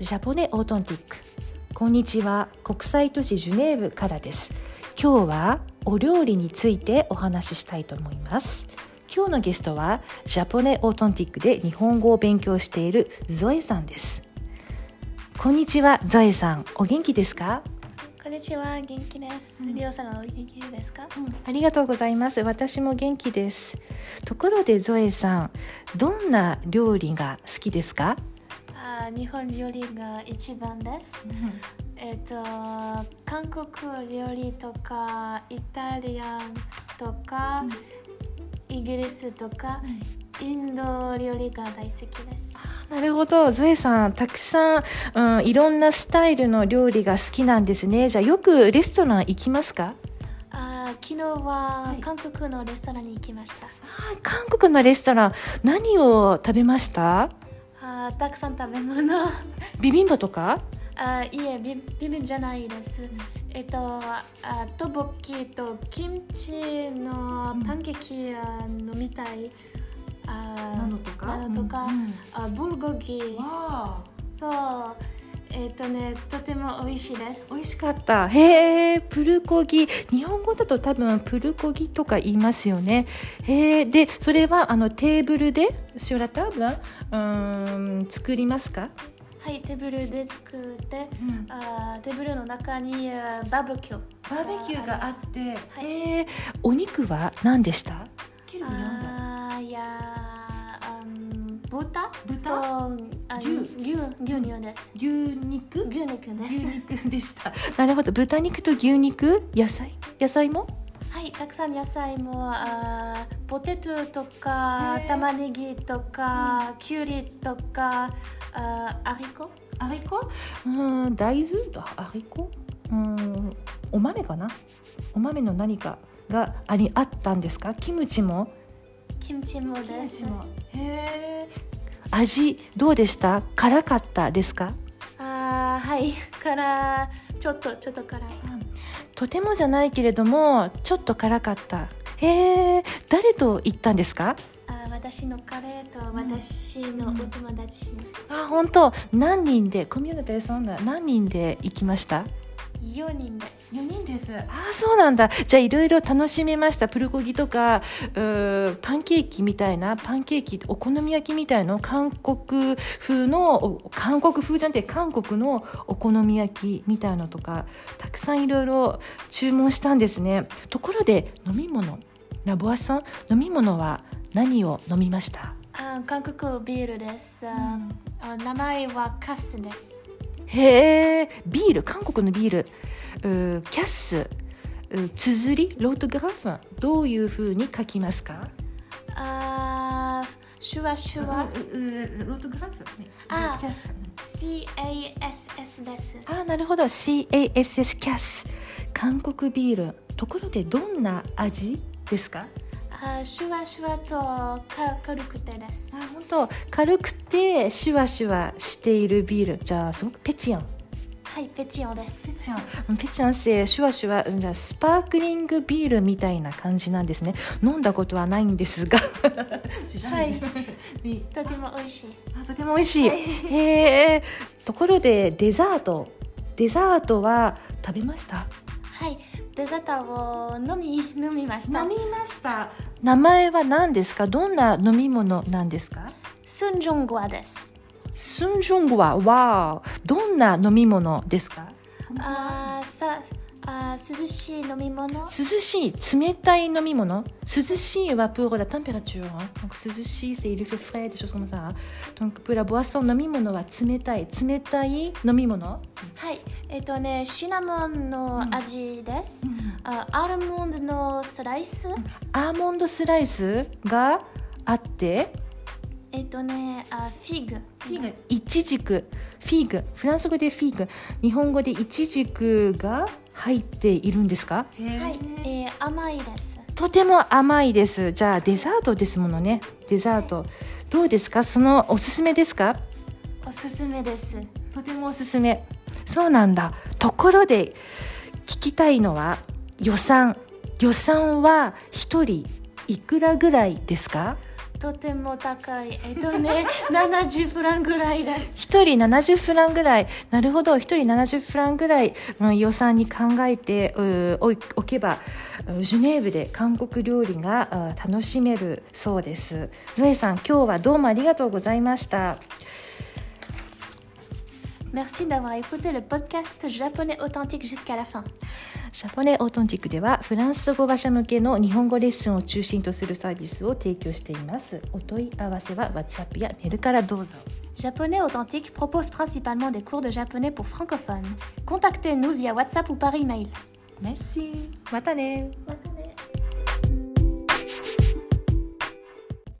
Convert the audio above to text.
ジャポネオートンティックこんにちは国際都市ジュネーブからです今日はお料理についてお話ししたいと思います今日のゲストはジャポネオートンティックで日本語を勉強しているゾエさんですこんにちはゾエさんお元気ですかこんにちは、元気です。うんりょうさんはお元気ですか、ありがとうございます私も元気ですところでゾエさんどんな料理が好きですか、あー日本料理が一番です。えっ、と、韓国料理とか、イタリアンとか、イギリスとか、インド料理が大好きです。なるほどゾエさんたくさん、うん、いろんなスタイルの料理が好きなんですねじゃあよくレストラン行きますかあー昨日は韓国のレストランに行きました。あ韓国のレストラン何を食べましたあーたくさん食べ物。あビビンバとかーいえ、ビビビンじゃないです。えっと、あートボッキとキムチのパンケーキあーのみたい。あーとかなどとかあブルゴギわあそうえっ、とねとても美味しいです美味しかったへえプルコギ日本語だと多分プルコギとか言いますよねへえでそれはあのテーブルでシュラタブラうーん作りますか、はいテーブルで作ってあーテーブルの中にあーバーベキューバーベキューがあってはいへえお肉は何でしたあーいやーうん豚と豚あ牛牛牛乳です牛肉牛肉です肉でしたなるほど豚肉と牛肉野菜野菜もはいたくさん野菜もあーポテトとかへー玉ねぎとかきゅうりとかあーアリコアリコうん大豆あアリコうんお豆かなお豆の何かがありあったんですかキムチもキムチもですへえ味どうでした辛かったですかあーはいからちょっとちょっと辛いとてもじゃないけれどもちょっと辛かったへえ誰と行ったんですかあー私のカレーと私のお友達、あ本当何人でコミュニティソンナ何人で行きました四人です4人ですああそうなんだじゃあいろいろ楽しめましたプルコギとかうーパンケーキみたいなパンケーキお好み焼きみたいの韓国風のお韓国風じゃなくて韓国のお好み焼きみたいのとかたくさんいろいろ注文したんですねところで飲み物ラボアソン飲み物は何を飲みましたあー韓国ビールです、あーあ名前はカスですへえビール韓国のビールうーキャッスうー綴りロートグラフンどういうふうに書きますかあーシュワシュワ、ロートグラフあャス CASS ですあーなるほど CASS キャス韓国ビールところでどんな味ですかあーシュワシュワとか軽くてですあ本当軽くてシュワシュワしているビールじゃあすごくペチアンはいペチオですペチャンペチャンセシュワシュワうんじゃあスパークリングビールみたいな感じなんですね飲んだことはないんです がはいとても美味しいあとても美味しいへえところでデザートデザートは食べましたはいデザートを飲み飲みましたました名前は何ですかどんな飲み物なんですかスンジョンゴアですスンジョンゴはわーどんな飲み物ですかあーさあー涼しい飲み物涼しい冷たい飲み物涼しいは pour la température hein. donc 涼しい c'est il fait frais des choses comme ça hein. donc pour la boisson 飲み物は冷たい冷たい飲み物はいえっ、とねシナモンの味です、あアーモンドのスライス、アーモンドスライスがあってえっ、とねあフィグイチジクフィグフランス語でフィグ日本語でイチジクが入っているんですかはい、えー甘いですとても甘いですじゃあデザートですものねデザートどうですかそのおすすめですかおすすめですとてもおすすめそうなんだところで聞きたいのは予算予算は一人いくらぐらいですかとても高いえっとね 70フランぐらいです一人70フランぐらいなるほど一人70フランぐらいの予算に考えてうおいおけばうジュネーブで韓国料理があ楽しめるそうですゾエさん今日はどうもありがとうございました Merci d'avoir écouté le podcast japonais authentique jusqu'à la fin. シャポネオートンティックではフランス語話者向けの日本語レッスンを中心とするサービスを提供していますお問い合わせは WhatsApp やメルからどうぞ Japonais authentique propose principalement des cours de japonais pour francophones. Contactez-nous via WhatsApp ou par email. Merci またねまた